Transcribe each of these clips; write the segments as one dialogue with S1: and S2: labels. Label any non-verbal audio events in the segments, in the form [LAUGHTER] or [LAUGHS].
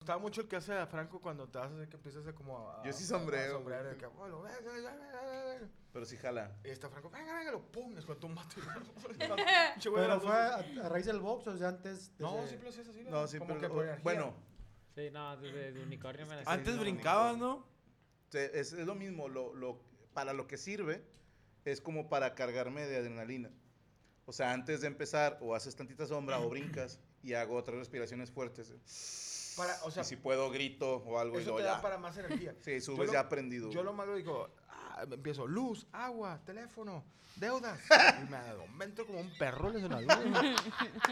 S1: gustaba mucho el que hace a Franco cuando te hace que empiezas a como a,
S2: Yo sí
S1: a-
S2: sombreo,
S1: a sombrear, de que, "Bueno, venga, venga, venga, venga".
S2: Pero sí jala.
S1: Y está Franco, venga, venga, lo pum, les cuento un
S3: [LAUGHS]
S1: mate. [LAUGHS]
S4: Pero fue a, a raíz del box, o sea, antes.
S1: No,
S4: desde-
S1: siempre hacías así.
S2: No, sí,
S1: como
S2: pero,
S1: que por energía.
S2: bueno,
S3: Sí, no, desde de unicornio me la sé.
S2: Antes brincabas, ¿no? se- es, es lo mismo, lo, lo- para lo que sirve es como para cargarme de adrenalina. O sea, antes de empezar, o haces tantita sombra o
S1: [CLEARS THROAT]
S2: brincas y hago otras respiraciones fuertes.
S1: Para, o sea,
S2: y si puedo, grito o algo y
S1: eso
S2: luego
S1: te
S2: ya.
S1: da para más energía.
S2: [LAUGHS] Sí,
S1: Yo
S2: subes
S1: lo-
S2: ya aprendido.
S1: Yo lo malo digo, ah, empiezo luz, agua, teléfono,
S2: [LAUGHS]
S1: deudas. y me aumento como un perro les en
S3: [LAUGHS]
S1: la luz.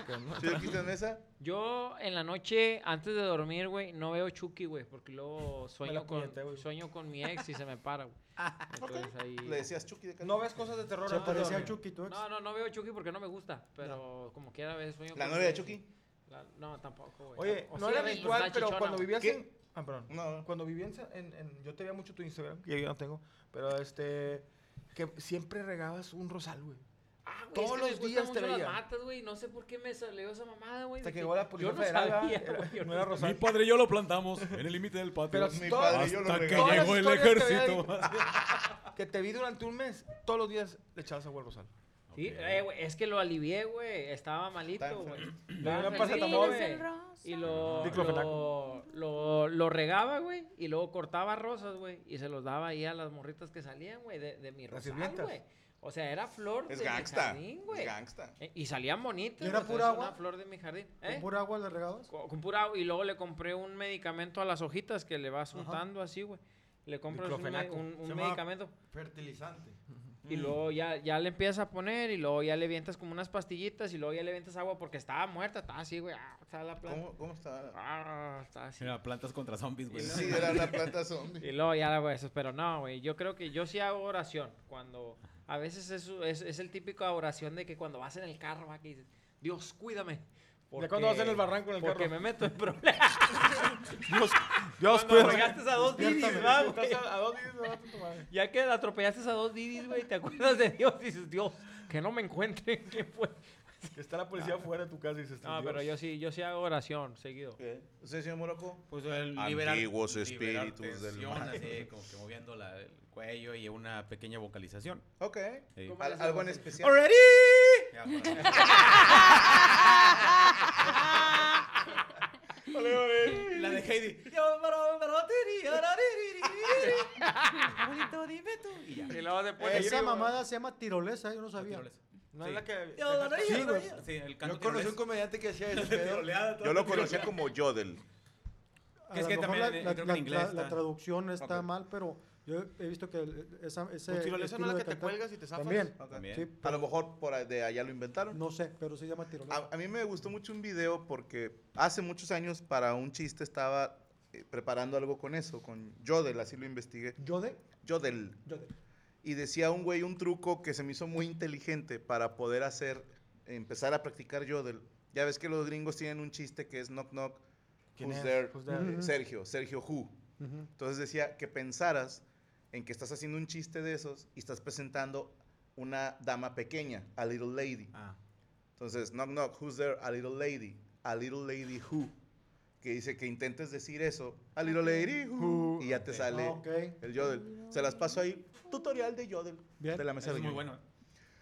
S1: Que no-
S2: ¿Sí dijiste en esa?
S3: Yo en la noche, antes de dormir, güey, no veo Chucky, güey, porque luego sueño, con,
S4: puñeté, güey.
S3: sueño con mi ex y se me
S1: [LAUGHS]
S3: para, güey.
S1: Ah,
S3: Entonces ahí...
S2: Le decías Chucky de
S1: No ves cosas de terror.
S4: Se
S1: antes de
S4: parecía a
S1: dormir.
S4: Chucky, tu ex.
S3: No, no, no veo Chucky porque no me gusta, pero como quiera a veces sueño
S2: ¿La
S3: con
S2: novia de
S3: mi ex.
S2: Chucky?
S3: La- no, tampoco, güey.
S1: Oye,
S3: pues. O
S1: no
S3: sí
S1: era
S3: vi,
S1: habitual,
S3: una
S1: pero
S3: chichona,
S1: cuando
S3: güey.
S1: vivías
S2: ¿Qué?
S1: en... Ah, perdón.
S2: No.
S1: Cuando vivías en, en- Yo te veía mucho tu Instagram, que yo ya no tengo, pero este... Que siempre regabas un rosal, güey.
S3: Ah, güey,
S1: todos
S3: es
S1: los
S3: que me gustan
S1: días te
S3: mucho las
S1: veía.
S3: matas, güey, no sé por qué me salió esa mamada, güey.
S1: Hasta
S3: de
S1: que llegó la policía
S3: yo no
S1: federal,
S3: sabía,
S1: ¿verdad? Era-
S3: güey, yo
S1: no era rosal.
S5: Mi padre y yo lo plantamos en el límite del patio.
S1: Pero
S2: Mi
S1: todo-
S2: padre, yo lo
S5: hasta que
S2: regalé.
S1: Todas las
S5: llegó el
S1: historias que había
S5: ejército.
S1: ahí, Que te vi durante un mes, todos los días le echabas agua al rosal.
S3: Sí, eh, güey, es que lo alivié, güey. Estaba malito,
S2: enfermo.
S3: güey.
S1: Le
S3: Estaba
S1: dio una
S3: enfermito,
S1: paracetamol.
S3: güey.
S1: [LAUGHS]
S3: Y lo,
S1: Diclofenaco.
S3: lo, lo, lo regaba, güey. Y luego cortaba rosas, güey. Y se los daba ahí a las morritas que salían, güey, de, de mi
S1: Las
S3: rosal,
S1: sirvientas.
S3: güey. O sea, era flor
S2: Es
S3: de
S2: gangsta.
S3: mi jardín,
S2: Es
S3: güey.
S2: gangsta.
S3: Eh, Y salían bonitas.
S4: ¿Y era
S3: güey, o
S4: pura
S3: sea, es Una
S4: agua?
S3: flor de mi jardín. ¿Eh?
S4: ¿Con pura agua le regabas?
S3: Co- con pura agua, y luego le compré un medicamento a las hojitas que le vas untando así, güey. Le compras un, me-
S1: Diclofenaco.
S3: un- un
S1: Se llama-
S3: medicamento [LAUGHS]
S1: [LAUGHS] Fertilizante.
S3: y
S4: Mm.
S3: luego ya, ya le empiezas a poner y luego ya le vientas como unas pastillitas y luego ya le vientas agua porque estaba muerta, estaba así, güey. Ah, estaba la planta.
S2: ¿Cómo, cómo estaba?
S3: Ah, estaba así.
S5: Mira, plantas contra zombies, güey.
S2: Sí,
S5: [LAUGHS]
S2: era la planta zombie.
S3: Y luego ya la güey, eso, pero no, güey, yo creo que yo sí hago oración cuando a veces eso es, es el típico oración de que cuando vas en el carro, va, que dices, "Dios, cuídame."
S1: Ya cuando vas en el barranco en el
S3: porque
S1: carro.
S3: me meto en problemas.
S1: Dios, Dios
S3: Cuando regaste a dos
S1: Despiértame.
S3: bibis, va, güey.
S1: Estás a, a dos bibis, va, puta madre.
S3: Ya que atropellaste a dos didis, güey, te acuerdas de Dios y dices, Dios, que no me encuentren, [LAUGHS] ¿qué fue?
S1: Que está la policía afuera de tu casa y dices,
S3: No, Ah, pero yo sí, yo sí hago oración seguido.
S2: ¿Qué? ¿Usted, señor Morocco?
S5: Pues el
S2: liberar- Antiguos liberar espíritus del
S5: tensión,
S2: mar. [LAUGHS]
S5: así, como que moviendo la- el cuello y una pequeña vocalización.
S2: Ok.
S5: Sí.
S2: Al- algo en especial.
S5: ¡Already!
S1: [LAUGHS]
S5: la de Heidi.
S3: Y luego te pones
S4: Esa mamada se llama tirolesa, yo no sabía.
S1: No es la que...
S5: Sí, güey. Sí, el canto
S1: Yo conocí un
S5: tirolés.
S1: comediante que
S5: [LAUGHS]
S1: hacía eso.
S5: Tiroleada, todo.
S2: Yo lo conocía como Yodel.
S4: A
S5: Que es
S4: lo
S5: que
S4: mejor
S5: también, eh,
S4: la,
S5: creo que
S4: la-
S5: en inglés
S4: la- la
S5: está.
S4: traducción está
S2: Ok.
S4: mal, pero yo he visto que el- esa, ese.
S1: Pues tirolesa no
S4: estilo
S1: es la
S4: de
S1: que te
S4: cantar-
S1: cuelgas y te zafas.
S4: También.
S2: Ok.
S5: También.
S4: Sí,
S2: A lo
S4: pero
S2: mejor por a- de allá lo inventaron.
S4: no sé, pero se llama tirolesa.
S2: A, a mí me gustó mucho un video porque hace muchos años para un chiste estaba eh, preparando algo con eso, con Yodel, así lo investigué.
S4: Yo de.
S2: Yodel.
S4: Yo de.
S2: Y decía un güey un truco que se me hizo muy inteligente para poder hacer, empezar a practicar Yodel. Ya ves que los gringos tienen un chiste que es knock knock,
S1: ¿Quién
S2: Who's
S1: es?
S2: there?
S1: Who's there? Mm-hmm.
S2: Eh, Sergio, Sergio Who.
S1: Ujú.
S2: Entonces decía que pensaras en que estás haciendo un chiste de esos y estás presentando una dama pequeña, a little lady. Entonces, knock knock, who's there? A little lady. A little lady who. Que dice que intentes decir eso, a little lady who. Y ya te sale
S4: Ah, ok.
S2: el yodel. Se las paso ahí. Tutorial de yodel. De la mesa
S5: Es
S2: de
S5: muy
S2: yodel.
S5: bueno.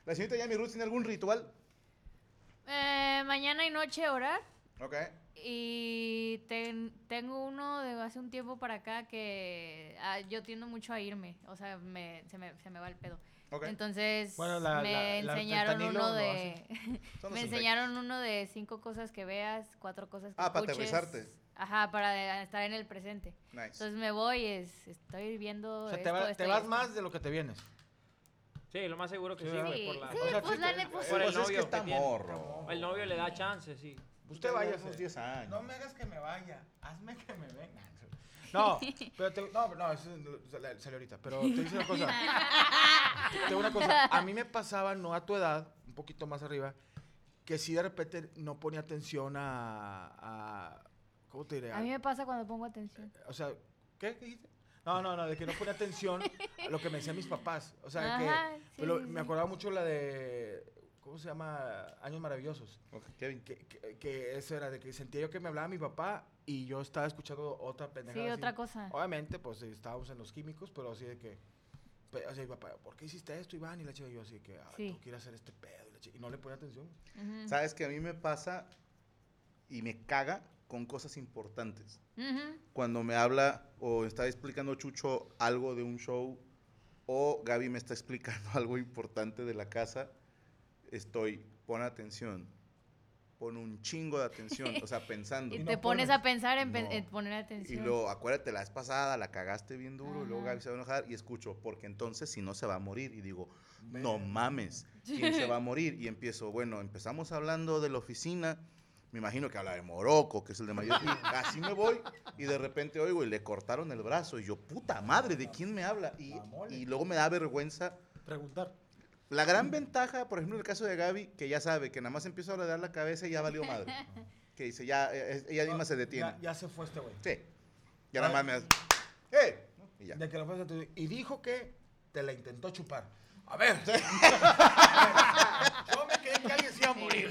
S2: La señorita Yami Ruth tiene algún ritual.
S6: Eh, mañana y noche orar.
S2: Ok.
S6: Y ten- tengo uno de hace un tiempo para acá que ah, yo tiendo mucho a irme, o sea, me, se, me, se me va el pedo.
S2: Ok.
S6: Entonces
S7: Bueno, la-
S6: me
S7: la- la- el
S6: enseñaron
S7: fentanilo
S6: uno
S7: lo
S6: [LAUGHS] de
S2: Son
S6: me
S2: los
S6: enseñaron uno de cinco cosas que veas, cuatro cosas que
S2: Ah, para
S6: escuches.
S2: aterrizarte.
S6: Ajá, para de- estar en el presente.
S2: Nice.
S6: Entonces me voy, es, estoy viendo
S1: O sea, te,
S6: esto,
S1: va- te
S6: esto y
S1: vas
S6: esto.
S1: más de lo que te vienes.
S3: Sí, lo más seguro que sí,
S1: Sí,
S3: güey, por la...
S6: sí, pues, la neta, pues,
S3: por el
S1: pues, es que
S3: novio
S1: está
S3: tiene.
S1: morro.
S3: El novio le da chance, sí.
S1: Usted vaya a sus
S2: 10 años.
S1: No me hagas que me vaya, hazme que me venga. No, pero te, no, no, eso sale- sale ahorita. Pero te dice una cosa.
S8: [LAUGHS]
S1: Te digo una cosa. A mí me pasaba, no a tu edad, un poquito más arriba, que si de repente no ponía atención a. a- ¿Cómo te diré?
S6: A mí me pasa cuando pongo atención.
S1: O sea, ¿qué? ¿Qué dijiste? No, no, no, de que no ponía atención a lo que me decían mis papás. O sea,
S6: Ajá,
S1: que
S6: sí,
S1: lo-
S6: sí,
S1: me
S6: sí.
S1: acordaba mucho la de. ¿Cómo se llama? Años Maravillosos. Que, que- que eso era de que sentía yo que me hablaba mi papá y yo estaba escuchando otra pendejada.
S6: Sí,
S1: así.
S6: otra cosa.
S1: Obviamente, pues estábamos en los químicos, pero así de que. pe- o sea, mi papá, ¿por qué hiciste esto, Iván? Y la chica, yo así de que, ay,
S6: Sí.
S1: tú quieres hacer este pedo. Y, la chica- y no le ponía atención.
S6: Ujú.
S2: ¿Sabes que a mí me pasa y me caga con cosas importantes?
S6: Ujú.
S2: Cuando me habla o está explicando Chucho algo de un show o Gaby me está explicando [LAUGHS] algo importante de la casa, estoy, pon atención, pon un chingo de
S6: [LAUGHS]
S2: atención, o sea, pensando.
S6: Y, te pones a pensar en, pe- en poner
S2: Y
S6: atención.
S2: luego, acuérdate, la vez pasada la cagaste bien duro y luego Gaby se va a enojar y escucho, porque entonces si no se va a morir. Y digo, no mames, ¿quién se va a morir? Y empiezo, bueno, empezamos hablando de la oficina, me imagino que habla de Morocco, que es el de mayor. Y así me voy y de repente oigo y le cortaron el brazo y yo, puta madre, ¿de quién me habla? Y, y luego me da vergüenza.
S4: Preguntar.
S2: La gran ventaja, por ejemplo, en el caso de Gaby, que ya sabe que nada más empiezo a dar la cabeza y ya valió madre. Que dice, ya, eh, ella misma se detiene.
S1: Ya, ya se fue este güey.
S2: Sí. Ya nada más me hace. Y
S1: De que lo fuiste tú. Y dijo que te la intentó chupar. A ver. Yo me quedé que alguien se iba a morir.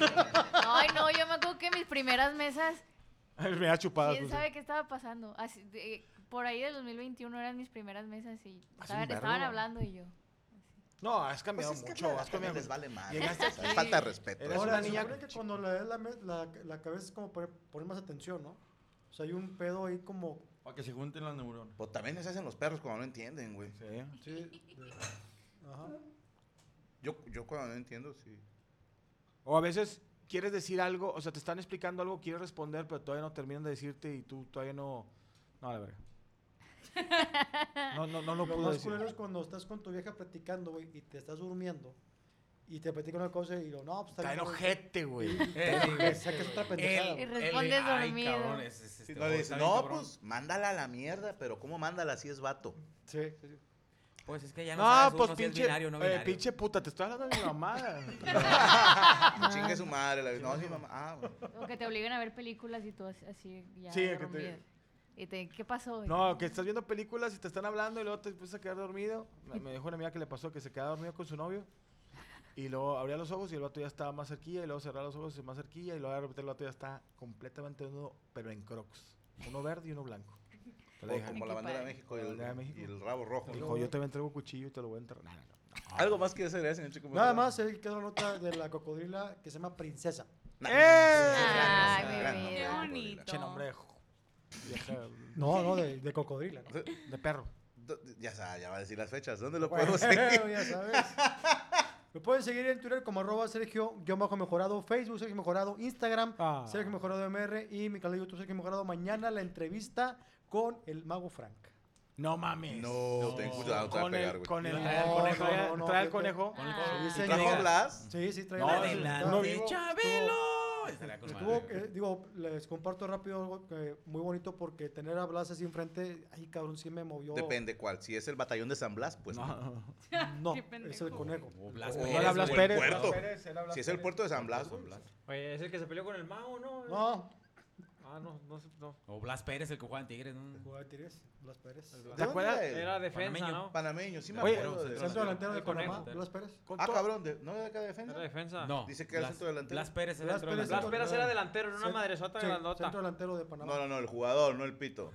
S6: Ay, no, yo me acuerdo que mis primeras mesas,
S1: me ha chupado. pues,
S6: quién sabe qué estaba pasando. Así, de- por ahí del 2021 eran mis primeras mesas
S1: Ah,
S6: y estaban,
S1: verbo,
S6: estaban
S1: ¿no?
S6: hablando y yo.
S1: No, has cambiado
S2: Pues es que
S1: mucho.
S2: a-
S1: has
S2: a
S1: cambiado
S2: mí les
S1: mucho.
S2: vale madre.
S1: Llegaste
S2: O sea,
S1: aquí,
S2: falta de respeto.
S1: Eres
S4: Ahora,
S1: una
S4: se
S1: niña.
S4: supone que cuando le das la, me- la, la cabeza es como poner, poner más atención, ¿no? O sea, hay un pedo ahí como...
S1: Para que se junten las neuronas.
S2: Pues también les hacen los perros cuando no entienden, güey.
S1: Sí.
S4: Sí. de- Ajá.
S2: Yo, yo cuando no entiendo, sí.
S1: O a veces quieres decir algo, o sea, te están explicando algo, quieres responder, pero todavía no terminan de decirte y tú todavía no. No, la
S6: [LAUGHS]
S1: verga. No, no, no lo
S4: Lo
S1: pude
S4: más
S1: decir.
S4: culero es cuando estás con tu vieja platicando, güey, y te estás durmiendo. Y te platica una cosa y digo, no, pues
S1: Está
S4: bien, güey.
S1: enojete, güey.
S4: Y te- Sacas otra pendejada.
S6: Y
S4: güey.
S6: respondes
S2: ay,
S6: dormido.
S2: cabrón,
S5: este
S2: no, le
S5: juego
S2: dices,
S5: está bien
S2: no
S5: cabrón".
S2: pues mándala a la mierda, pero ¿cómo mándala si es vato?
S4: Sí.
S5: Pues es que ya no,
S1: No,
S5: sabes
S1: pues
S5: uno si es
S1: pinche.
S5: binario o no
S1: eh,
S5: binario.
S1: pinche puta, te estoy hablando de mi mamá.
S2: [LAUGHS] Chingue su madre. La... No, sí, mamá. Ah, güey.
S6: O que te obliguen a ver películas y tú as- así ya
S1: Sí, que te-
S6: dormido. Y te, ¿qué pasó? Y- pues,
S1: No, que estás viendo películas y te están hablando y luego te empiezas a quedar dormido. Me- Me dijo una amiga que le pasó que se quedaba dormido con su novio. Y luego abría los ojos y el vato ya estaba más cerquilla. Y luego cerraba los ojos y más cerquilla. Y luego de repente el vato ya está completamente desnudo, pero en crocs. Uno verde y uno blanco.
S2: O como la bandera de México y el, y el rabo rojo.
S1: Dijo, yo te entrego cuchillo y te lo voy a entrar.
S2: Algo más que hacer, ¿eh, señor Chico.
S4: Nada más, él quedó nota de la cocodrila que se llama Princesa.
S6: Ay, bebé. Qué bonito.
S1: ¡Eh! Che nombre de jo- vieja-
S4: No, no, de, de cocodrila. ¿no?
S1: de perro.
S2: Ya, sa- ya va a decir las fechas. ¿Dónde lo
S4: Bueno,
S2: podemos seguir?
S4: ya sabes. Lo pueden seguir en Twitter como arroba Sergio-Mejorado, Facebook Sergio Mejorado, Instagram Sergio Mejorado MR y mi canal de YouTube Sergio Mejorado. Mañana la entrevista con el Mago Frank.
S1: No mames.
S2: No, Oh, ten cuidado, te va a
S1: Con el-
S2: pegar, güey.
S1: Con el,
S4: No,
S1: trae el conejo.
S4: no,
S1: trae-
S4: no, no,
S1: trae el
S4: vete.
S1: conejo.
S4: Sí,
S1: Sí,
S4: señor.
S1: trae-
S4: Sí, sí, trae
S1: No,
S4: Blas.
S1: adelante,
S4: Uno vivo.
S5: Chabelo. Estaría con
S4: Estuvo-
S5: madre.
S4: eh, digo, les comparto rápido algo que muy bonito porque tener a Blas así enfrente, ay cabrón, sí me movió.
S2: Depende cuál. Si es el batallón de San Blas, pues no.
S4: No, es el conejo.
S2: O
S3: Blas
S2: o
S3: Pérez,
S2: el
S3: Blas
S2: puerto.
S3: Pérez, era Blas
S2: Si es el
S3: Pérez.
S2: puerto de San Blas,
S3: Oye, es el que se peleó con el mago, ¿no?
S4: No.
S3: Ah, no, no, sé, no.
S5: O Blas Pérez, el que juega en Tigres. ¿no?
S4: ¿Jugaba en Tigres? Blas Pérez.
S5: ¿Te acuerdas? Era defensa,
S2: panameño,
S5: ¿no?
S2: Panameño, sí me
S5: Oye,
S2: acuerdo. de-
S4: centro delantero de
S2: Conejo.
S4: Panamá, Blas Pérez.
S2: Ah, cabrón, de- ¿no era acá de defensa?
S3: Era defensa.
S5: No.
S2: Dice que era
S5: Blas-
S2: centro delantero.
S5: Blas Pérez era Blas centro Pérez delantero.
S3: Pérez era delantero, era una
S4: Cent-
S3: madresota
S4: sí,
S3: grandota.
S4: Centro delantero de Panamá.
S2: No, no, no, el jugador, no el pito.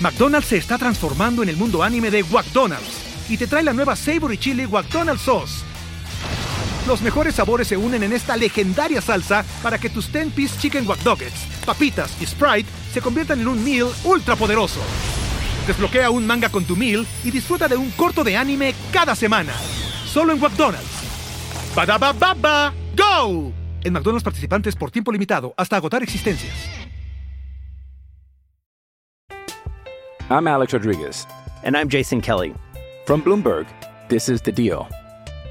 S9: McDonald's se está transformando en el mundo anime de McDonald's y te trae la nueva Savory Chili McDonald's Sauce. Los mejores sabores se unen en esta legendaria salsa para que tus 10-piece chicken wack doggets, papitas y Sprite se conviertan en un meal ultra poderoso. Desbloquea un manga con tu meal y disfruta de un corto de anime cada semana. Solo en McDonald's. ba go! En McDonald's participantes por tiempo limitado hasta agotar existencias.
S10: I'm Alex Rodriguez.
S11: And I'm Jason Kelly.
S10: From Bloomberg, this is The Deal.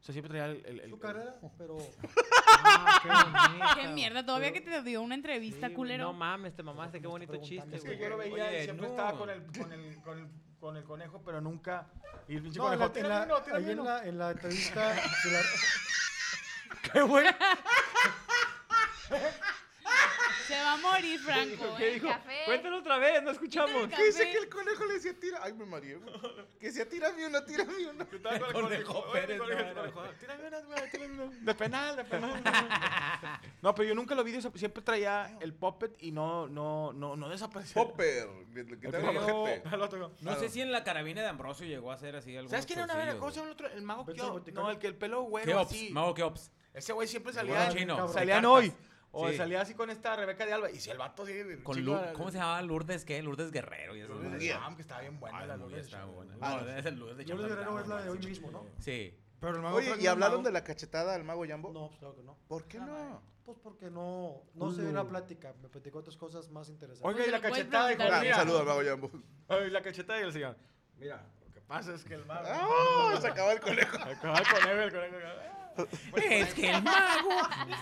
S1: O sea, siempre traía el... el, el- Ah,
S4: Su carrera,
S1: [LAUGHS]
S4: pero...
S3: Ah,
S12: Qué mierda, todavía que te dio una entrevista, culero.
S3: No mames, te mamaste, qué bonito chiste,
S1: Es que
S3: güey.
S1: yo lo veía y
S3: Oye,
S1: siempre
S3: no.
S1: estaba con el, con, el, con, el, con el conejo, pero nunca... Y el pinche
S4: No, en
S1: conejo,
S4: la, en
S1: tira
S4: la,
S1: vino, tira
S4: ahí en
S1: vino".
S4: la, en la
S1: [LAUGHS]
S4: entrevista... [LAUGHS] de la-
S1: ¡Qué bueno!
S12: Se va a morir, Franco.
S1: ¿Qué
S12: ¿eh?
S1: dijo?
S12: Café.
S1: Cuéntalo
S3: otra vez, no
S12: escuchamos.
S2: Que dice que el conejo le decía tira. Ay, me mareé, güey. Que decía tírame una, tírame una.
S1: el conejo,
S2: Oye,
S1: Pérez,
S2: conejo,
S1: no,
S2: conejo,
S1: no. Tírame una, güey, tírame una. De penal, de penal. No, pero yo nunca lo vi, desap- siempre traía el poppet y no, no, no, no desapareció.
S2: Popper, que te haga el ojete.
S5: No sé si en la carabina de Ambrosio llegó a hacer así algo.
S1: ¿Sabes quién era una verga? ¿Cómo se llama el otro? El mago Keops. No, el que el pelo güero así.
S5: Keops, Mago Keops.
S1: Ese güey siempre
S5: El
S1: salía.
S5: güero chino,
S1: Salían
S5: de
S1: hoy.
S5: cartas.
S1: O
S5: Sí.
S1: salía así con esta Rebeca de Alba. Y si el vato así.
S5: Con Lu- ¿Cómo se llamaba Lourdes? ¿Qué? Lourdes Guerrero. Y eso,
S1: Lourdes
S5: ¿no?
S1: Guerrero, que estaba bien buena
S5: Ah,
S1: la
S5: Lourdes
S1: Lourdes
S5: estaba
S1: Guerrero.
S5: buena.
S1: Ah,
S5: No, esa Lourdes de
S4: Lourdes
S5: Chapala
S4: Guerrero
S5: estaba
S4: es la de
S5: buena,
S4: hoy
S5: sí.
S4: mismo, ¿no?
S5: Sí.
S4: Pero el mago
S2: Oye,
S4: Frank
S2: ¿y
S4: no
S2: hablaron
S4: hablaba.
S2: de la cachetada al mago Jambo?
S4: No, pues claro que [LAUGHS] no.
S2: ¿Por qué no?
S4: Pues porque no, no se dio
S2: Culo.
S4: la plática. Me platicó otras cosas más interesantes.
S1: Oiga, y la cachetada dijo.
S2: preguntar.
S1: mira.
S2: Un saludo al mago Jambo.
S1: Ay, la cachetada y el cigarro. Mira, lo que pasa es que el mago.
S2: ¡Ah! Se acabó el conejo.
S1: Se acabó el conejo, [LAUGHS] el conejo.
S5: Es que el mago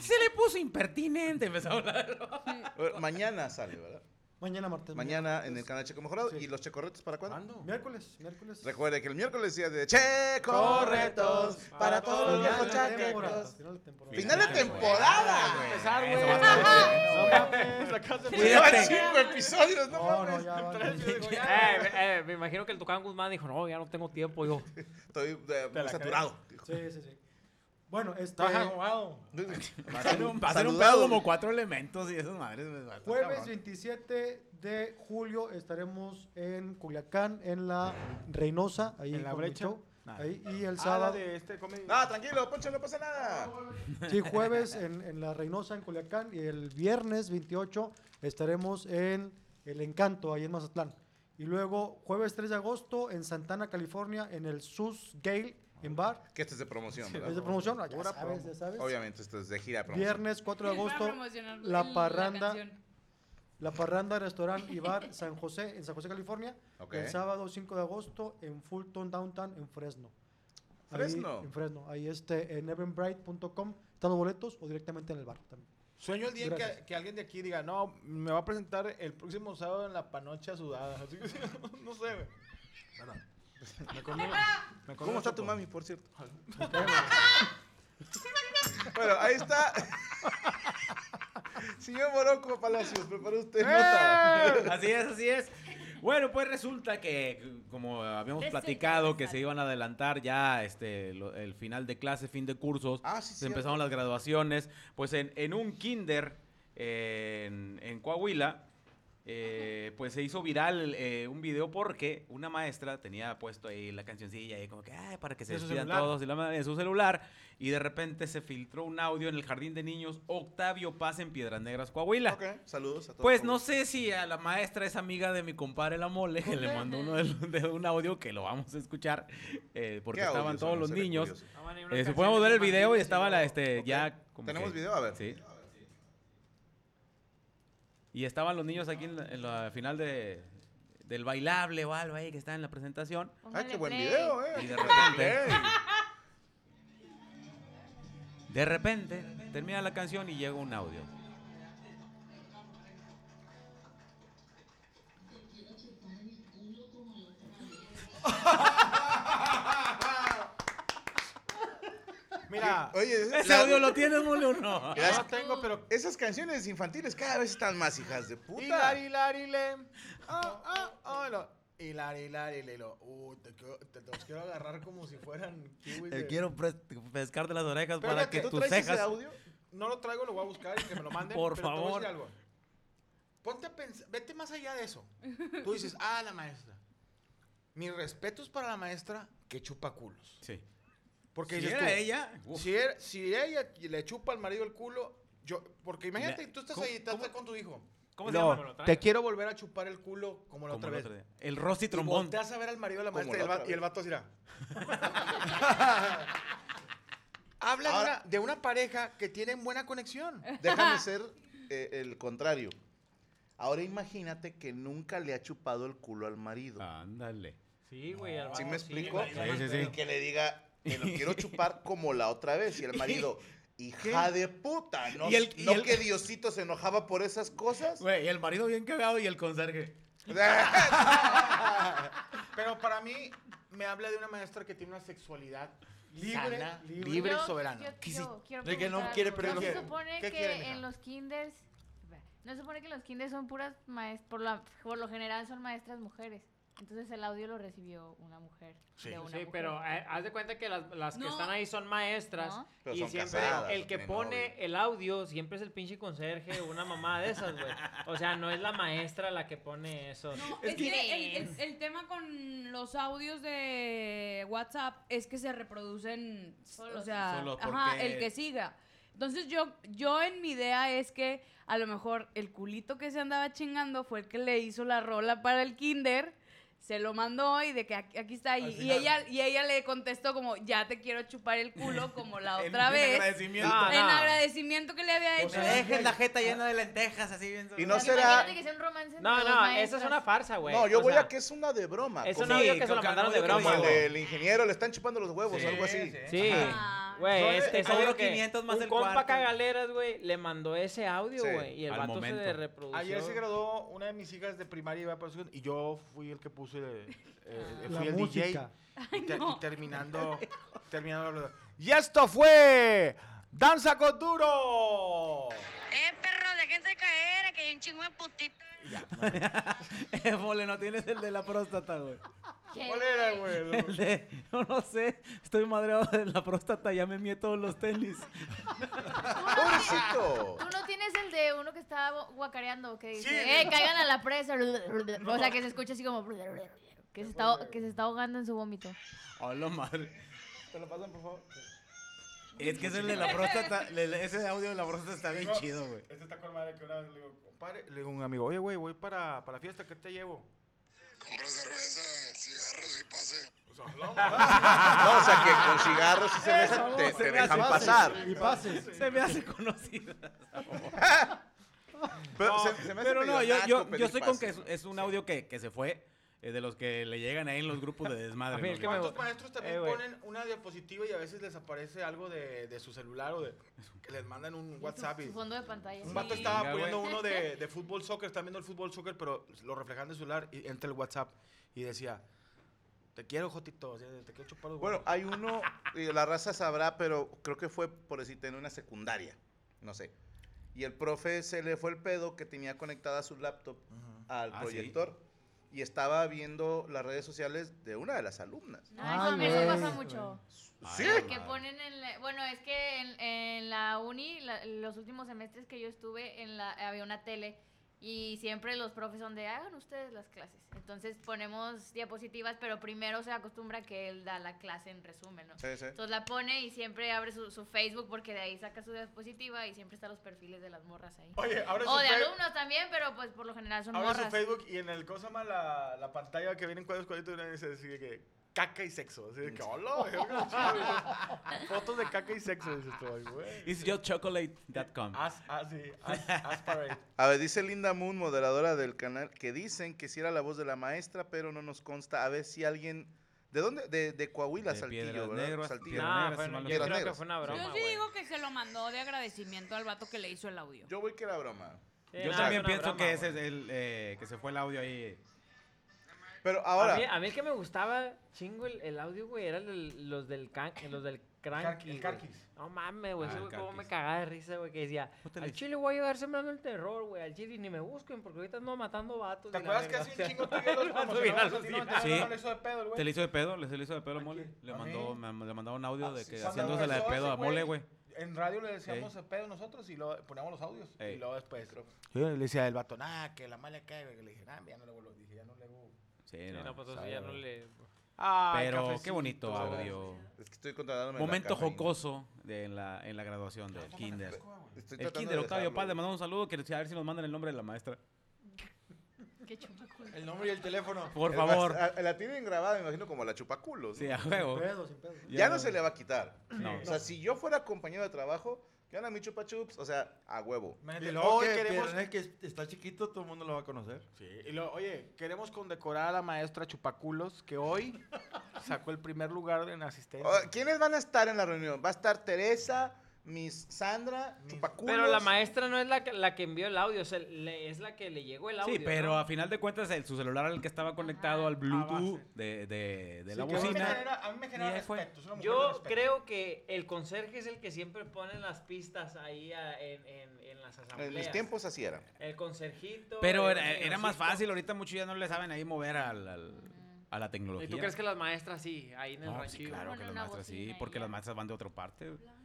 S5: se le puso impertinente. Empezó a hablar.
S2: [LAUGHS] Bueno, Mañana sale, ¿verdad?
S4: Mañana martes.
S2: Mañana en el canal Checo Mejorado. ¿Y los checorretos para cuándo?
S4: Miércoles, miércoles.
S2: Recuerde que el miércoles día de Checorretos para todos los viejos
S4: Final de
S2: chaquetos.
S4: temporada, temporada.
S2: Final de temporada.
S1: güey.
S2: Empezar,
S1: Eso
S2: güey.
S1: va
S2: No
S1: a estar [LAUGHS] bueno.
S2: mames,
S1: la casa de-
S2: Llevan cinco episodios, no mames.
S3: Eh, eh, me imagino que el Tucán Guzmán dijo, no, ya no tengo tiempo yo.
S2: Estoy eh, muy saturado.
S4: Sí, sí, sí. Bueno, este...
S3: Ajá,
S4: jugado.
S5: Va a ser un, va a ser un
S4: Saludado.
S5: pedo como cuatro elementos y esas madres. pues, va a estar
S4: Jueves
S5: cabrón.
S4: 27 de julio estaremos en Culiacán, en la Reynosa, ahí
S1: ¿En la
S4: con mi
S1: brecha?
S4: show,
S1: Nah.
S4: ahí, y el
S1: Ah, la
S4: sábado.
S1: de este comedy.
S2: No, tranquilo, Poncho, no pasa nada.
S4: Sí, jueves en, en la Reynosa, en Culiacán, y el viernes 28 estaremos en El Encanto, ahí en Mazatlán. Y luego, jueves 3 de agosto, en Santana, California, que en el Sus Gale, en bar.
S2: Que este es de promoción, ¿verdad?
S4: Es de promoción, ah, ya
S2: Pura
S4: sabes,
S2: promo.
S4: ya sabes.
S2: Obviamente, esto es de gira de promoción.
S4: Viernes 4 de
S12: Él va a
S4: agosto,
S12: promocionar el-
S4: la
S12: la
S4: parranda,
S12: canción.
S4: la parranda, restaurante y bar San José, en San José, California.
S2: Ok.
S4: El sábado 5 de agosto, en Fulton Downtown, en Fresno. Ahí-
S2: ¿Fresno?
S4: en Fresno. Ahí este, en evanbright.com están los boletos o directamente en el bar también.
S1: Sueño el día en
S4: Gracias.
S1: que, que alguien de aquí diga, no, me va a presentar el próximo sábado en la panocha sudada. [LAUGHS] Así que sí, no sé, güey. [LAUGHS] Me comí- me comí
S2: ¿Cómo está
S1: ocho
S2: tu
S1: po-
S2: mami, por cierto? [LAUGHS] bueno, ahí está. [LAUGHS] Señor Moroco Palacios, preparó usted
S1: Eh.
S2: nota.
S5: Así es, así es. Bueno, pues resulta que, como habíamos
S2: Resulta,
S5: platicado, que se iban a adelantar ya este, lo- el final de clase, fin de cursos, se
S2: Ah, cierto.
S5: empezaron las graduaciones, pues en, en un kinder eh, en, en Coahuila,
S8: eh, pues se hizo viral eh, un video porque una maestra tenía puesto ahí la cancioncilla y como que, "Ay, para que se
S1: De su
S8: despidan
S1: celular.
S8: todos y la madre, de su celular. Y de repente se filtró un audio en el jardín de niños Octavio Paz en Piedras Negras, Coahuila.
S2: Saludos a todos.
S8: Pues no sé si a la maestra es amiga de mi compadre La Mole, que le mandó uno de, los- de un audio que lo vamos a escuchar, eh, porque
S2: ¿Qué audio?
S8: estaban todos
S2: Suena
S8: los
S2: ser
S8: niños.
S2: curioso. Estaban ahí
S8: Eh,
S2: unas
S8: si podemos ver el
S2: canciones
S8: video, y
S2: infantiles,
S8: estaba la,
S2: ¿no?
S8: este,
S2: Ok.
S8: ya... como
S2: ¿Tenemos
S8: que-
S2: video? A ver.
S8: Sí. Y estaban los niños aquí en la, en la final de, del bailable o algo ahí que está en la presentación.
S2: Póngale Ah, qué buen play. video, eh.
S8: Y de
S2: Póngale
S8: repente... [LAUGHS] De repente termina la canción y llega un audio.
S2: Eh,
S1: Mira,
S2: Oye,
S1: ¿ese audio lo tienes,
S8: Mole, o no?
S2: Las-
S1: No tengo, pero-
S2: Esas canciones infantiles cada vez están más hijas de puta.
S1: Hilari, hilari, le. Ah, ah, ah, lo. Hilari, hilari, le, lo. Uh, te, quiero- te los quiero agarrar como si fueran kiwis.
S2: Eh,
S8: Te
S1: de-
S8: Eh, quiero pres- pescar de las orejas
S1: Espérate,
S8: para que
S1: ¿tú
S8: tus
S1: traes ese
S8: cejas...
S1: audio? No lo traigo, lo voy a buscar y que me lo manden.
S8: [LAUGHS] Por
S1: pero te voy a
S8: favor.
S1: decir algo. Ponte a pensar, vete más allá de eso. Tú dices, ah, la maestra. Mis respetos para la maestra que chupa culos.
S8: Sí.
S1: Porque
S8: Si
S1: dices
S8: era
S1: tú,
S8: ella, uf.
S1: Si, era- si ella le chupa al marido el culo, yo. Porque imagínate,
S8: Mira,
S1: tú estás
S8: ¿cómo-
S1: ahí, estás con tu hijo.
S8: ¿Cómo se No, llama? Me lo
S1: Te
S8: traigo.
S1: quiero volver a chupar el culo como la
S8: Como
S1: otra
S8: la
S1: vez.
S8: otra vez. El Rosy
S1: Y
S8: Trombón.
S1: volteas a ver al marido de la
S8: Como
S1: maestra y
S8: la
S1: el, va-
S8: otra
S1: y el
S8: vez.
S1: vato dirá.
S8: [LAUGHS]
S1: Habla de
S2: Ahora-
S1: una, de una pareja que tienen buena conexión. [LAUGHS]
S2: Déjame ser eh, el contrario. Ahora imagínate que nunca le ha chupado el culo al marido.
S8: Ándale.
S3: Sí, güey. al
S2: ¿Sí
S3: vato,
S2: me explico?
S3: güey, al vato.
S2: Y que le diga, te lo quiero chupar como la otra vez. Y el marido, hija de puta, ¿no?
S8: Y el- y
S2: ¿No
S8: el-
S2: que Diosito se enojaba por esas cosas?
S8: Güey, y el marido bien cagado y el conserje.
S1: Pero para mí, me habla de una maestra que tiene una sexualidad libre,
S4: Sana,
S1: libre,
S4: libre
S1: y
S6: Yo-
S1: soberana.
S6: yo- yo quiero
S1: de que no
S6: preguntar
S1: quiere
S6: algo.
S1: perder
S6: ¿No
S1: los-
S6: se supone
S1: ¿Qué
S6: que
S1: quiere, mija?
S6: en los kinders... No se supone que en los kinders son puras maestras... Por, la- por lo general son maestras mujeres. Entonces el audio lo recibió una mujer.
S3: Sí,
S6: de una mujer.
S3: pero eh, haz de cuenta que las, las que
S6: No.
S3: están ahí son maestras
S6: No.
S2: Pero
S3: y
S2: son
S3: siempre
S2: casadas,
S3: el que
S2: tienen
S3: pone el audio siempre es el pinche conserje o una mamá de esas, güey. O sea, no es la maestra la que pone eso.
S12: Es que el, el- el tema con los audios de WhatsApp es que se reproducen, o sea,
S3: Solo
S12: ajá,
S3: porque-
S12: el que siga. Entonces yo, yo en mi idea es que a lo mejor el culito que se andaba chingando fue el que le hizo la rola para el kinder, se lo mandó y de que aquí, aquí está y,
S6: Al
S12: y
S6: final.
S12: ella y ella le contestó como ya te quiero chupar
S8: [LAUGHS]
S12: el culo como la
S8: En-
S12: otra
S8: en
S12: vez.
S8: agradecimiento.
S12: En
S8: Ah, no.
S12: agradecimiento que le había hecho.
S8: la jeta llena de lentejas así bien.
S2: Y no será...
S6: Imagínate que sea un romance
S3: No,
S6: entre dos
S3: no, esa
S6: maestras.
S3: es una farsa, güey.
S2: No, yo
S3: O
S2: voy
S3: sea,
S2: a que es una de broma.
S3: es un
S2: como-
S3: audio que Sí, se lo con mandaron de broma,
S2: Como el
S3: güey.
S2: del ingeniero le están chupando los huevos o algo así.
S3: Sí,
S2: Ajá.
S3: güey, es,
S2: Sobre-
S3: es obvio
S2: sobre
S3: Este, que
S2: 500 más
S3: un
S2: el
S3: compa
S2: cuarto.
S3: cagaleras, güey, le mandó ese audio,
S2: Sí,
S3: güey, y el
S8: al
S3: vato
S8: momento.
S3: se reprodució.
S1: Ayer se graduó una de mis hijas de primaria y va para su- y yo fui el que puse eh,
S3: Ah.
S1: eh,
S4: La
S1: fui el
S4: música.
S1: DJ y, ter- y
S3: [LAUGHS]
S1: terminando terminando lo- Y esto fue Danza con Duro.
S8: [LAUGHS] Mole, no tienes el de la próstata,
S1: [LAUGHS]
S8: güey.
S1: ¿Cuál era, güey?
S8: El de, no, no sé, estoy madreado de la próstata, ya me mié todos los
S1: [LAUGHS]
S8: tenis.
S2: ¡Pobrecito!
S6: Tú no tienes el de uno que está bo- guacareando, que dice,
S12: Sí.
S6: eh, caigan a la presa. O sea, que se escucha así como... Que se, está, que se está ahogando en su vómito.
S8: Hola, madre.
S1: ¿Te lo pasan, por favor?
S8: Es que ese de la próstata, le- le- ese audio de la próstata está bien
S1: No,
S8: chido, güey.
S1: Este está con madre que una vez le digo, compadre, le digo a un amigo, "Oye, güey, voy para, para la fiesta, ¿qué te llevo?" Pues [LAUGHS]
S2: No, o sea que con cigarros
S8: [LAUGHS]
S2: sí se, me hace-
S1: Eso,
S2: te,
S1: se
S2: te
S1: me
S2: dejan
S1: hace-
S2: pasar.
S1: Y pases.
S8: Se me hace conocida. esa mamá.
S2: [LAUGHS] Pero
S8: No,
S2: se- se me hace
S8: pero
S2: medio
S8: no, yo,
S2: naco
S8: yo,
S2: pedir
S8: yo estoy con
S2: pase.
S8: que es, es un audio que, que se fue, eh, de los que le llegan ahí en los grupos de desmadre.
S3: A mí el
S8: ¿no?
S3: que me-
S1: ¿Cuántos maestros también
S3: Eh, güey.
S1: ponen una diapositiva y a veces les aparece algo de, de su celular o de que les mandan un WhatsApp? Y,
S6: Su fondo de pantalla.
S1: un vato
S6: Sí.
S1: estaba
S8: Venga,
S1: poniendo
S6: güey.
S1: uno de, de fútbol soccer, están viendo el fútbol soccer, pero lo reflejan de celular y entra el WhatsApp y decía, te quiero, Jotito, te quiero chupar los
S2: Bueno,
S1: huevos".
S2: hay uno, y la raza sabrá, pero creo que fue, por decirte, en una secundaria, no sé. Y el profe se le fue el pedo que tenía conectada su laptop al
S8: Ah, sí.
S2: proyector y estaba viendo las redes sociales de una de las alumnas.
S6: No, eso, eso pasa mucho.
S2: Sí.
S6: Que ponen en la- bueno, es que en, en la uni, la- los últimos semestres que yo estuve, en la, había una tele Y siempre los profes son de, hagan ustedes las clases. Entonces ponemos diapositivas, pero primero se acostumbra que él da la clase en resumen, ¿no?
S2: Sí, sí.
S6: Entonces la pone y siempre abre su, su Facebook porque de ahí saca su diapositiva y siempre están los perfiles de las morras ahí.
S1: Oye, abre
S6: o
S1: su
S6: de
S1: Fe-
S6: alumnos también, pero pues por lo general son
S1: Abre su
S6: morras.
S1: Facebook y en el cosa más la, la pantalla que viene en cuadros cuadritos viene y dice así de que caca y sexo. Así de que hola, güey, qué chido". [LAUGHS] Fotos de caca y sexo, dices tú, ay, güey.
S8: It's yourchocolate.com.
S1: As, as, sí, as, as parade.
S2: A ver, dice Linda Moon, moderadora del canal, que dicen que si era la voz de la maestra, pero no nos consta. A ver si alguien. ¿De dónde? De, de Coahuila,
S8: De
S2: Saltillo,
S8: Piedras
S2: ¿verdad?
S8: Negras,
S2: Saltillo.
S8: Piedras Nah, Negras, bueno, si mal yo no creo
S2: Piedras
S8: que
S2: Negras.
S8: Ah, fue una broma.
S12: Yo sí digo que se lo mandó de agradecimiento al vato que le hizo el audio.
S2: Yo voy que era broma.
S8: Yo también pienso que ese es el eh, que se fue el audio ahí.
S2: Pero
S3: A mí, a mí el que me gustaba, chingo, el, el audio, güey, era el del- los del, can, eh, los del cranky,
S1: el
S3: güey.
S1: carquis.
S3: No mames, güey,
S1: Ah,
S3: ese
S1: el
S3: güey cómo me
S1: carquis.
S3: cagaba de risa, güey, que decía, al chile voy a llevar sembrando el terror, güey, al chile ni me busquen porque ahorita ando matando vatos.
S1: ¿Te
S3: y la
S1: acuerdas que
S3: verga".
S1: hace un chingo
S3: [LAUGHS]
S1: tú y yo los
S3: El vato
S1: promocionamos
S3: bien
S1: a ti, no? Te-
S3: alucinado.
S8: Sí.
S1: no le hizo de pedo el güey. Ah,
S8: Se le hizo de pedo, le- se le hizo de pedo a Mole. Le
S1: ¿A
S8: mandó,
S1: mí?
S8: me- le mandaba un audio de que
S1: Ah, Cuando
S8: haciéndosela de
S1: empezó ese
S8: pedo a Mole, güey.
S1: En radio le decíamos de pedo nosotros y luego poníamos los audios.
S8: Ey.
S1: Y luego después. Yo le decía al vato, nada, que la mala cae, güey. Le dije, nada, ya no le vuelvo. Dije, ya no le vuelvo.
S8: Sí,
S3: Sí,
S8: no.
S3: no, pues
S8: sabe,
S3: eso ya no
S8: güey.
S3: le...
S2: Ah,
S1: Ay,
S8: Pero qué
S1: cafecito.
S8: bonito audio.
S2: Es que estoy controlándome la
S8: Momento
S2: cafeína.
S8: jocoso de, en, la, en la graduación del Kinder.
S2: Estoy
S8: El
S2: tratando
S8: Kinder,
S2: de
S8: Octavio
S2: dejarlo,
S8: Paz, le mandamos un saludo. Que, a ver si nos mandan el nombre de la maestra.
S6: Qué chupaculo.
S1: El nombre y el teléfono.
S8: Por
S2: Es
S8: favor.
S2: más, a- la tienen grabada, me imagino, como la chupaculos.
S8: Sí, a huevo. Sin pedo,
S2: sin
S8: pedo.
S2: Ya
S8: Ya
S2: no
S8: no.
S2: se le va a quitar.
S8: No.
S2: O sea, si yo fuera compañero de trabajo, ¿qué onda mi chupachups? O sea, a huevo.
S1: Y luego que queremos-
S13: Pero es que está chiquito, todo el mundo lo va a conocer.
S1: Sí, y luego, oye, queremos condecorar a la maestra Chupaculos, que hoy sacó el primer lugar en asistencia.
S2: Ah, ¿Quiénes van a estar en la reunión? Va a estar Teresa, Miss Sandra, chupaculos.
S3: Pero la
S8: [LAUGHS]
S3: maestra no es la que, la que envió el audio, o sea, le- es la que le llegó el audio.
S8: Sí, pero
S3: ¿no?
S8: a final de cuentas, el- su celular era el que estaba conectado al Bluetooth de, de, de
S1: Sí,
S8: la
S1: que a mí me
S8: bocina.
S1: genera- a mí me genera
S8: Y ahí fue.
S1: respeto, es una mujer de
S3: Yo
S1: respeto.
S3: creo que el conserje es el que siempre pone las pistas ahí a- en, en- en las asambleas.
S2: En mis tiempos así era.
S3: El conserjito.
S8: Pero
S3: el
S8: era, era más
S3: señorcito.
S8: fácil, ahorita muchos ya no le saben ahí mover al- al- a la tecnología.
S3: ¿Y tú crees que las maestras sí? Ahí en el
S8: No,
S3: ranchillo.
S8: sí, claro que las maestras sí, porque las maestras van de otra parte. güey.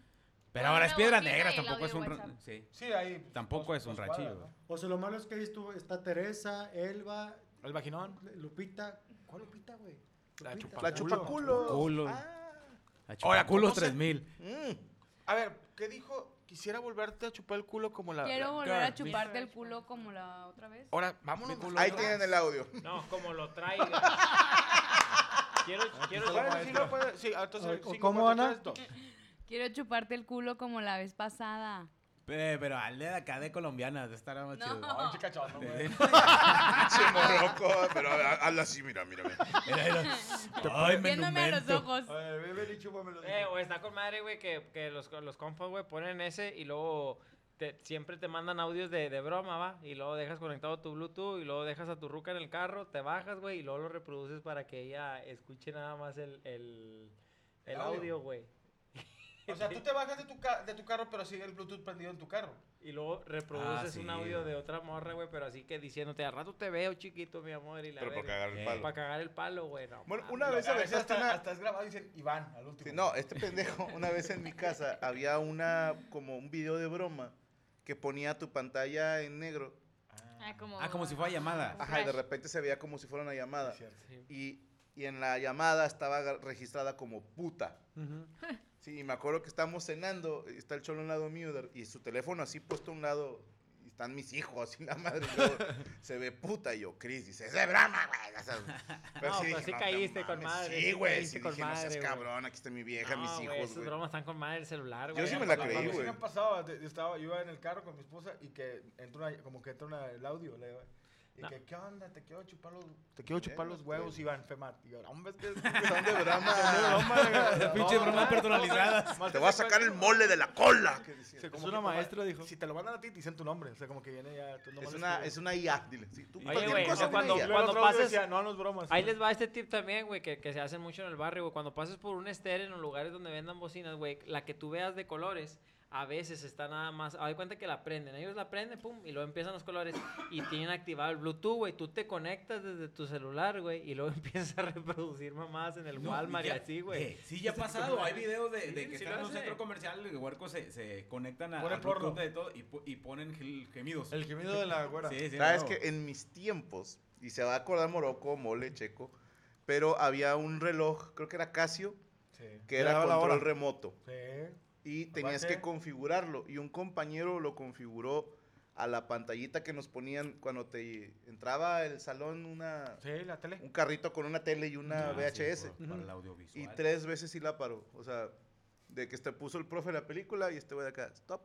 S8: Pero
S3: Ponen
S8: ahora
S3: una
S8: es piedra
S3: bocina
S8: negra,
S3: y el
S8: tampoco es
S3: audio
S8: un
S3: de
S8: ra-
S3: WhatsApp.
S8: sí.
S1: Sí, ahí,
S8: Tampoco es un
S1: pues, cuadra,
S8: ranchillo.
S1: ¿no?
S8: güey.
S4: O sea, lo malo es que ahí estuvo, está Teresa, Elba,
S1: El vaginón.
S4: Lupita. ¿Cuál Lupita, güey?
S1: La
S4: Lupita.
S1: chupaculo. La chupaculo.
S8: Culo.
S1: Ah.
S8: La chupa- culos
S1: ¿cómo se-
S8: 3000.
S1: mm, A ver, ¿qué dijo? Quisiera volverte a chupar el culo como la.
S12: Quiero
S1: la-
S12: volver a
S1: Girl, mi-
S12: chuparte el culo como la otra vez.
S1: Ahora, vámonos.
S2: Ahí tienen el audio.
S3: No, como
S8: [LAUGHS]
S3: lo traiga. quiero, quiero
S1: Bueno, sí lo puede- sí, entonces,
S4: O- o
S1: cinco,
S4: ¿Cómo,
S1: cuatro,
S4: Ana?
S1: tres, dos.
S12: [LAUGHS] Quiero chuparte el culo como la vez pasada.
S8: Pe- Pero al de acá de colombiana, de estar más chido.
S3: [LAUGHS]
S12: No. Ay, qué
S1: cachondo,
S8: [LAUGHS]
S1: güey.
S2: Che morroco, pero ha- habla así, mira, mírame.
S12: Viéndome a los ojos.
S3: Eh, o está con madre, güey, que, que los, los compas, güey, ponen ese y luego te- siempre te mandan audios de, de broma, ¿va? Y luego dejas conectado tu Bluetooth y luego dejas a tu ruca en el carro, te bajas, güey, y luego lo reproduces para que ella escuche nada más el, el, el
S1: El audio.
S3: audio, güey.
S1: O sea, tú te bajas de tu, ca- de tu carro, pero sigue el Bluetooth prendido en tu carro.
S3: Y luego
S2: Ah,
S1: Ah,
S3: reproduces
S8: sí,
S3: un audio de otra morra, güey, pero así que diciéndote, al rato te veo, chiquito, mi amor, y la
S2: Pero para
S3: verga.
S2: cagar el
S3: Eh,
S2: palo.
S3: Para cagar el palo, güey. no
S2: Bueno,
S3: mames.
S2: una vez
S1: a veces
S2: aventaste
S1: hasta,
S2: una-
S1: hasta es grabado y dicen Iván al último.
S2: Sí, no, este pendejo, una vez en mi casa
S8: [LAUGHS]
S2: había una, como un video de broma que ponía tu pantalla en negro.
S6: Ah, como,
S8: Ah, como si fuera llamada.
S2: Ajá, y de repente se veía como si fuera una llamada.
S3: Sí.
S2: Y, y en la llamada estaba ga- registrada como puta. Sí, y me acuerdo que estamos cenando, y está el cholo a un lado mío de- y su teléfono así puesto a un lado, y están mis hijos, así la madre. y
S8: [LAUGHS]
S2: luego se ve puta, y yo, Cris, dice, ese es broma, güey. o
S8: [LAUGHS]
S2: sea, pero
S3: No, pero sí caíste con
S2: mames,
S3: madre,
S2: Sí,
S3: sí
S2: güey,
S3: caíste
S2: sí
S3: con
S2: dije, no seas
S3: madre, güey".
S2: cabrón, aquí está mi vieja,
S3: No,
S2: mis
S3: güey,
S2: hijos,
S3: esas
S2: güey.
S3: bromas están con madre el celular,
S2: Yo
S3: güey.
S2: sí me
S1: A-
S2: la
S1: a
S2: creí,
S1: mí sí
S2: güey.
S1: me pasaba, de- yo estaba, yo iba en el carro con mi esposa y que entra una- como que entra una- el audio, le- y que, ¿qué onda? Te quiero chupar los, te quiero chupar los huevos, Iván Femat. Y yo, hombre, es que son
S2: de broma.
S1: Pinche
S8: bromas personalizadas.
S2: Te voy a sacar el mole de la cola.
S13: Es una maestra,
S1: dijo. Si te lo mandan a ti, te dicen tu nombre. O sea, como que viene ya. tú nomás
S2: Es una,
S1: escribes.
S2: es una IA, dile. Sí, tú,
S3: Oye, güey, o sea,
S2: dile
S3: cuando,
S2: IA.
S3: cuando
S1: otro audio
S3: pases...
S1: decía, "No, no es broma, sí".
S3: Ahí les va este tip también, güey, que, que se hace mucho en el barrio, güey. Cuando pases por un estéreo en los lugares donde vendan bocinas, güey, la que tú veas de colores, a veces está nada más, hay cuenta que la prenden, ellos la prenden, pum, y luego empiezan los colores y tienen activado el Bluetooth, güey, tú te conectas desde tu celular, güey, y luego [LAUGHS] empiezas a reproducir mamás en el
S8: No,
S3: Walmart
S8: ya-
S3: y así, güey.
S8: eh, sí, ya ha pasado. Hay videos de, de
S3: Sí,
S8: que
S3: sí
S8: están
S3: lo
S8: en un
S3: hace.
S8: centro comercial y huercos se, se conectan a,
S2: Pone
S8: al
S2: porno.
S8: Bluetooth de todo y, pu- y ponen gel- gemidos.
S2: El gemido de la güera.
S8: [LAUGHS] Sí, sí,
S2: Sabes
S8: no.
S2: Ah, que eh, en mis tiempos, y se va a acordar Morocco, Mole, Checo, pero había un reloj, creo que era Casio, que
S1: Te
S2: era
S1: daba la
S2: control
S1: hora.
S2: remoto.
S1: Sí.
S2: Y tenías
S1: Aparte-
S2: que configurarlo. Y un compañero lo configuró a la pantallita que nos ponían cuando te entraba el salón una un carrito con una tele y una
S8: Ah,
S2: VHS.
S8: sí, por- para el audiovisual.
S2: Y tres veces sí la paró. O sea, de que te puso el profe la película y este güey de acá, stop.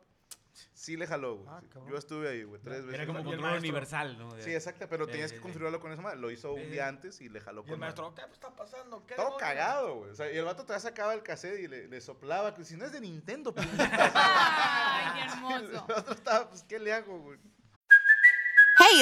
S2: Sí le jaló, güey. Sí. Yo estuve ahí, güey, tres
S8: Ah, Era
S2: veces.
S8: como
S2: Y el
S8: control
S2: maestro.
S8: universal, ¿no?
S2: Sí, exacto, pero
S8: Sí,
S2: tenías
S8: sí,
S2: que
S8: sí.
S2: configurarlo con esa madre. Lo hizo
S8: Sí,
S2: un
S8: sí.
S2: día antes y le jaló
S1: Y el
S2: con madre.
S1: maestro, ¿qué está pasando? ¿Qué
S2: Todo
S1: demonios?"
S2: cagado, güey. O sea, y el vato te sacaba el cassette y le, le soplaba. que Si no es de Nintendo,
S8: [LAUGHS]
S2: pues. [LAUGHS]
S6: Ay, hermoso.
S2: El otro estaba, pues, ¿qué le hago, güey?
S14: Hey,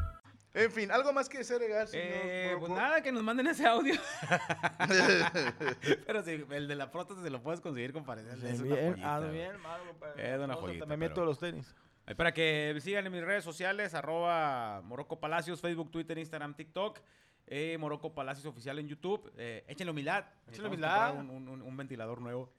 S2: En fin, algo más que desagregar, señor.
S8: Eh, pues
S2: Morocco?
S8: nada, que nos manden ese [LAUGHS] audio. pero sí, el de la prótesis se lo puedes conseguir, compadre. Es una
S13: bien,
S8: joyita,
S13: ah,
S8: güey. pues.
S13: bien, malo, compadre.
S8: Es una
S13: O sea,
S8: joyita.
S13: también
S8: pero-
S13: meto los tenis.
S8: Ay, Para que sigan en mis redes sociales, arroba Morocco Palacios, Facebook, Twitter, Instagram, TikTok. Eh, Morocco Palacios Oficial en YouTube. Eh, échenle humildad.
S1: Échenle
S8: Vamos a comprar
S1: humildad.
S8: Un, un- un ventilador nuevo.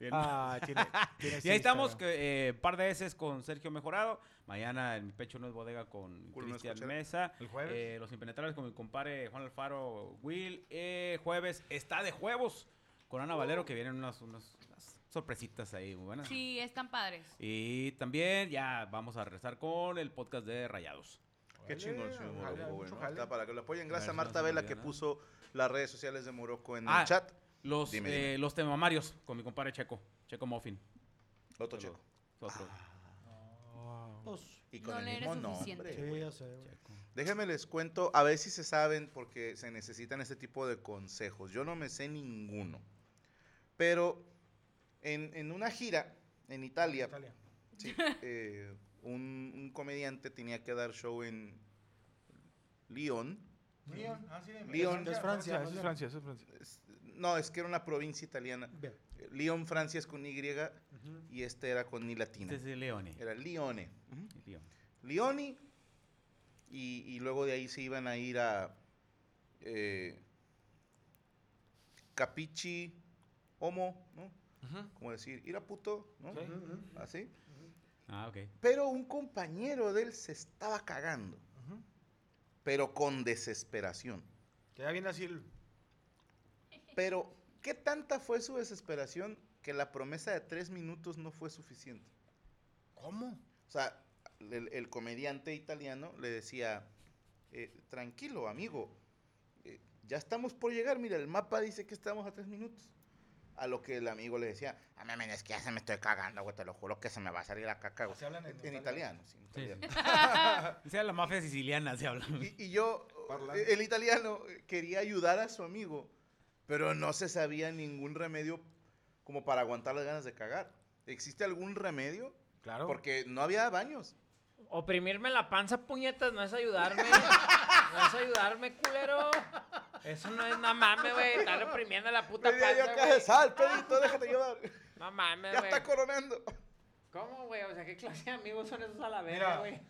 S1: Ah,
S8: [LAUGHS]
S1: tiene- tiene
S8: y ahí
S1: Instagram.
S8: estamos, que, eh, par de veces con Sergio Mejorado. Mañana en Mi Pecho No es Bodega con
S1: Culo No es
S8: Cristian
S1: Cochera.
S8: Mesa.
S1: El jueves.
S8: Eh, los Impenetrables con mi compadre Juan Alfaro Will. Eh, jueves está de juegos con Ana Valero, que vienen unas, unas- unas sorpresitas ahí muy buenas.
S6: Sí, están padres.
S8: Y también ya vamos a regresar con el podcast de Rayados.
S2: Qué chingón, señor Morocco, güey,
S8: mucho
S2: ¿no?
S8: jale.
S2: Está para que lo apoyen. Gracias a
S8: Gracias,
S2: Marta
S8: no se
S2: Vela
S8: me
S2: que
S8: olvida
S2: puso las redes sociales de Morocco en
S8: Ah,
S2: el chat.
S8: Los,
S2: Dime,
S8: eh,
S2: dime.
S8: los temamarios con mi compadre Checo. Checo Muffin.
S2: Otro Checo.
S8: Otro.
S2: Y
S6: No
S2: con
S6: le
S2: el
S6: eres
S2: mismo
S6: suficiente.
S2: nombre.
S6: Sí,
S2: güey.
S6: ya
S2: Déjenme les cuento, a ver si se saben, porque se necesitan este tipo de consejos. Yo no me sé ninguno. Pero en, en una gira en Italia, sí, eh, un, un comediante tenía que dar show en Lyon.
S1: Lyon, ah, sí, de-
S2: Lyon.
S1: es Francia, es Francia,
S13: es Francia.
S2: Es- No, es que era una provincia italiana.
S1: Bien.
S2: Eh, Lyon, Francia es con Y y este era con I latina.
S8: Este es de Leone.
S2: Era Lione.
S8: Leone.
S2: Lioni. Y, y luego de ahí se iban a ir a eh, Capichi, Homo, ¿no? Como decir, ir a puto, ¿no? Así.
S8: Ah, ok.
S2: Pero un compañero de él se estaba cagando, pero con desesperación.
S1: Queda bien así el...
S2: Pero, ¿qué tanta fue su desesperación que la promesa de tres minutos no fue suficiente?
S1: ¿Cómo?
S2: O sea, el, el comediante italiano le decía, eh, tranquilo, amigo, eh, ya estamos por llegar, mira, el mapa dice que estamos a tres minutos. A lo que el amigo le decía, a mí es que ya se me estoy cagando, güey, te lo juro que se me va a salir la caca, güey.
S1: hablan en
S2: en,
S1: italiano?
S2: italiano, sí,
S12: [LAUGHS]
S2: en
S8: Sí,
S2: italiano.
S8: sí. Sea la mafia siciliana, se habla.
S2: Y yo, eh, el italiano, eh, quería ayudar a su amigo, pero no se sabía ningún remedio como para aguantar las ganas de cagar. ¿Existe algún remedio? Claro. Porque no había baños.
S3: Oprimirme la panza, puñetas, no es ayudarme. no es ayudarme, culero. Eso no es nada mames, güey. Estar oprimiendo la puta
S2: Venía yo
S3: panza,
S2: acá,
S3: güey. Ah.
S2: sal, pedito, déjate llevar.
S3: No mames,
S2: Ya
S3: güey.
S2: está coronando.
S3: ¿Cómo, güey? O sea, ¿qué clase de amigos son esos a la verga,
S1: Mira,
S3: güey?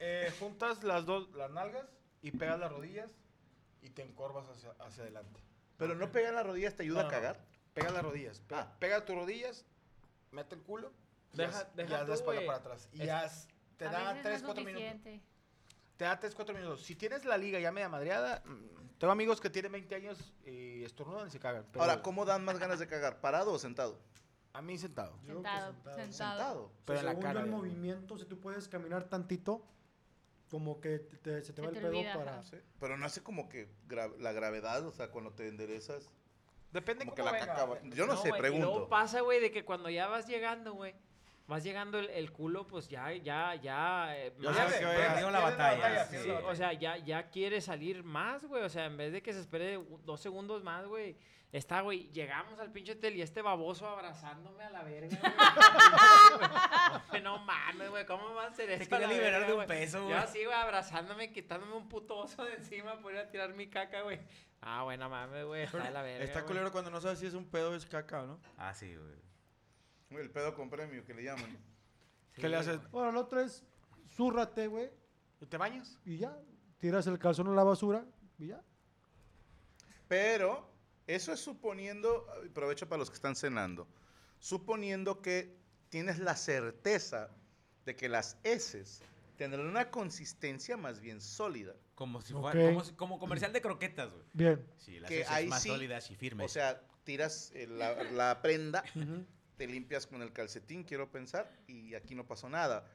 S1: eh, juntas las dos, las nalgas y pegas las rodillas y te encorvas hacia, hacia adelante.
S2: Pero no pegar las rodillas te ayuda
S1: No,
S2: a
S1: no, no.
S2: cagar.
S1: Pega las rodillas. Pega, pega tus rodillas, mete el culo y
S3: Deja-
S1: haz- y
S3: deja
S1: haz
S3: tú,
S1: la espalda
S3: güey.
S1: para atrás. Y
S3: Es-
S1: haz- te
S6: A
S1: da
S6: veces no
S1: 3,
S6: es
S1: 4 minutos.
S6: suficiente.
S1: Te da 3, 4 minutos. Si tienes la liga ya media madreada, mm, tengo amigos que tienen 20 años y estornudan y se cagan. pero
S2: Ahora, ¿cómo dan más ganas de cagar? ¿Parado o sentado?
S1: A mí sentado.
S6: Sentado,
S2: Sentado.
S6: sentado.
S1: Pero en la
S4: según
S1: cara,
S4: yo, el
S1: ya.
S4: movimiento, si tú puedes caminar tantito, como que te- te- se te va el pedo para...
S2: Sí, Pero no hace como que gra- la gravedad, o sea, cuando te enderezas.
S1: Depende
S2: como que la caca va- Yo no, sé,
S3: güey, Y luego
S2: pregunto.
S3: pasa, güey, de que cuando ya vas llegando, güey, vas llegando el, el culo, pues ya, ya, ya. eh,
S8: Ya
S3: más-
S8: sabes que, oye, Perdido tienes la la batalla, batalla,
S3: Sí,
S8: tienes la
S3: o sea, ya, ya quiere salir más, güey. O sea, en vez de que se espere u- dos segundos más, güey. Está, güey, llegamos al pinche hotel y este baboso abrazándome a la verga, güey. [LAUGHS] no mames, güey, ¿cómo va a ser esto? a
S8: quería
S3: la
S8: liberar
S3: verga,
S8: de un peso, güey.
S3: Yo así, güey, abrazándome, quitándome un puto oso de encima por ir a tirar mi caca, güey. Ah, bueno, mames, güey, está de la verga,
S13: Está
S3: güey.
S13: culero cuando no sabes si es un pedo o es caca, ¿no?
S8: Ah, sí, güey.
S2: El pedo con premio que le llaman.
S13: ¿Qué le haces?
S4: Bueno, el otro es zúrrate, güey.
S1: ¿Te bañas?
S4: Y ya. Tiras el calzón a la basura y ya.
S2: Pero eso es suponiendo, aprovecho para los que están cenando, suponiendo que tienes la certeza de que las heces tendrán una consistencia más bien sólida.
S8: Como si
S4: Ok.
S8: fuera, como, si- como comercial de croquetas, güey.
S4: Bien.
S8: Sí, las heces más sólidas y firmes.
S2: O sea, tiras eh, la, la
S8: [LAUGHS]
S2: prenda, te limpias con el calcetín, quiero pensar, y aquí no pasó nada.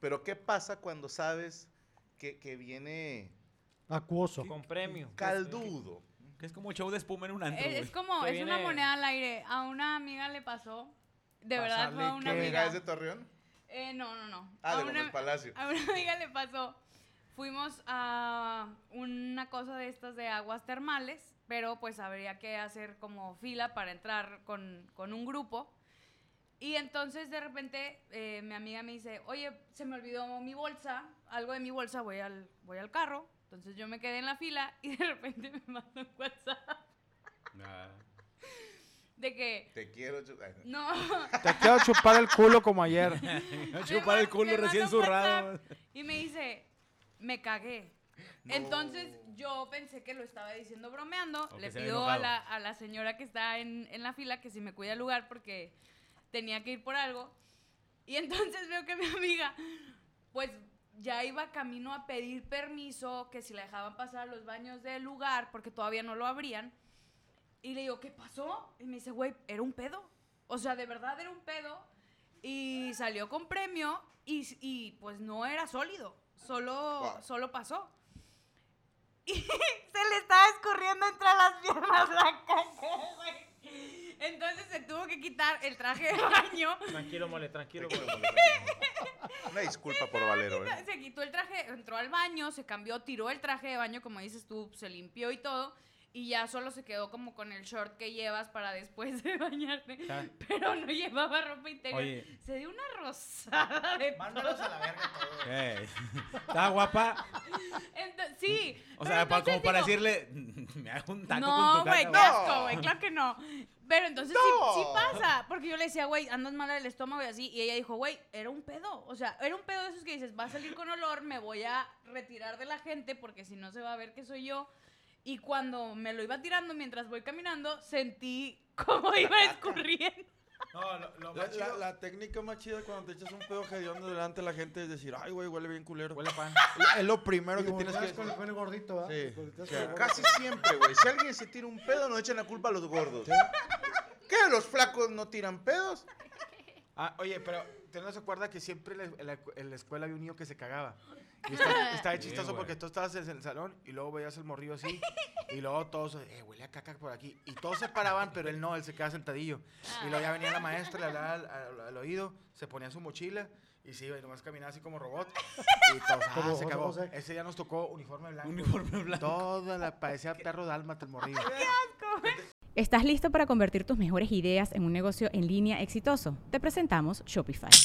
S2: Pero ¿qué pasa cuando sabes que, que viene
S4: Acuoso.
S3: premio?
S2: Caldudo.
S8: Que es como show de espuma en un antro,
S12: Es, es como, es una moneda al aire. A una amiga le pasó. De verdad fue a una amiga.
S2: de Torreón?
S12: Eh, no, no, no.
S2: Ah,
S12: a,
S2: de Gómez
S12: una,
S2: Palacio.
S12: [LAUGHS] a una amiga le pasó. Fuimos a una cosa de estas de aguas termales, pero pues habría que hacer como fila para entrar con, con un grupo. Y entonces de repente eh, mi amiga me dice, oye, se me olvidó mi bolsa, algo de mi bolsa, voy al, voy al carro. Entonces yo me quedé en la fila y de repente me manda un WhatsApp de que,
S2: Te quiero. chu- Ay,
S12: no,
S1: Te quiero chupar el culo como ayer.
S12: chupar el culo Me manda recién un
S1: zurrado.
S12: Y me dice, me cagué.
S1: No.
S12: Entonces yo pensé que lo estaba diciendo bromeando.
S1: O
S12: Le
S1: que se había
S12: pido a
S1: enojado.
S12: la, a la señora que está en, en la fila que si me cuida el lugar porque tenía que ir por algo. Y entonces veo que mi amiga, pues ya iba camino a pedir permiso, que si la dejaban pasar a los baños del lugar porque todavía no lo abrían. Y le digo, ¿qué pasó? Y me dice, güey, era un pedo. O sea, de verdad era un pedo. Y salió con premio y, y, pues no era sólido. Solo,
S15: Wow.
S12: solo pasó. [LAUGHS] Y se le estaba escurriendo entre las piernas la caca, güey. Entonces se tuvo que quitar el traje de baño. [LAUGHS]
S3: Tranquilo, mole, tranquilo,
S2: mole. Una disculpa por Valero, ¿eh?
S12: Se quitó el traje, entró al baño, se cambió, tiró el traje de baño, como dices tú, se limpió y todo. Y ya solo se quedó como con el short que llevas para después de [LAUGHS] bañarte.
S8: Ah.
S12: Pero no llevaba ropa interior.
S8: Oye.
S12: Se dio una rosada de todo.
S8: Ey, [LAUGHS] Está guapa.
S12: [LAUGHS] Ento- sí.
S8: O sea,
S12: pero
S8: pa- como
S12: entonces
S8: para
S12: digo,
S8: decirle, [LAUGHS] me hago un taco con
S12: No,
S8: tu
S12: güey,
S8: caca,
S12: qué
S8: [LAUGHS]
S12: asco, güey, claro que no. Pero entonces sí-
S8: No.
S12: sí, pasa, porque yo le decía, güey, andas mal del estómago y así, y ella dijo, güey, era un pedo. O sea, era un pedo de esos que dices, va a salir con olor, me voy a retirar de la gente porque si no se va a ver que soy yo. Y cuando me lo iba tirando mientras voy caminando, sentí [LAUGHS] cómo iba escurriendo.
S13: No, lo, la,
S1: más
S13: la-
S1: chido-
S13: la técnica más chida cuando te echas un pedo hediondo delante de la gente es decir, ay, güey, huele bien culero. Huele pan. Es lo primero
S4: Y
S13: que tienes que decir.
S4: volteas con el, con el gordito, ¿ah? ¿verdad?
S13: Sí.
S4: Volteas
S13: Sí.
S4: con el gordo.
S2: [LAUGHS] Casi siempre, güey. Si alguien se tira un pedo, no echan la culpa a los gordos. ¿Qué? ¿Los flacos no tiran pedos?
S1: Ah, oye, pero ¿te no se acuerda que siempre en la, en la- en la escuela había un niño que se cagaba?
S8: [LAUGHS]
S1: Y está- estaba
S8: Sí,
S1: chistoso
S8: güey.
S1: porque tú estabas en el salón y luego veías el morrillo así y luego todos, eh, huele a caca por aquí. Y todos se paraban, pero él no, él se quedaba sentadillo. Y luego ya venía la maestra, le hablaba al, al- al oído, se ponía su mochila y se iba y nomás caminaba así como robot. Y todos, "Ah,
S4: Como
S1: se
S4: José
S1: cagó.
S4: José.
S1: Ese ya nos tocó uniforme blanco.
S8: Uniforme blanco.
S1: Toda la, parecía perro dálmata el morrillo.
S16: ¿Estás listo para convertir tus mejores ideas en un negocio en línea exitoso? Te presentamos Shopify.
S17: [LAUGHS]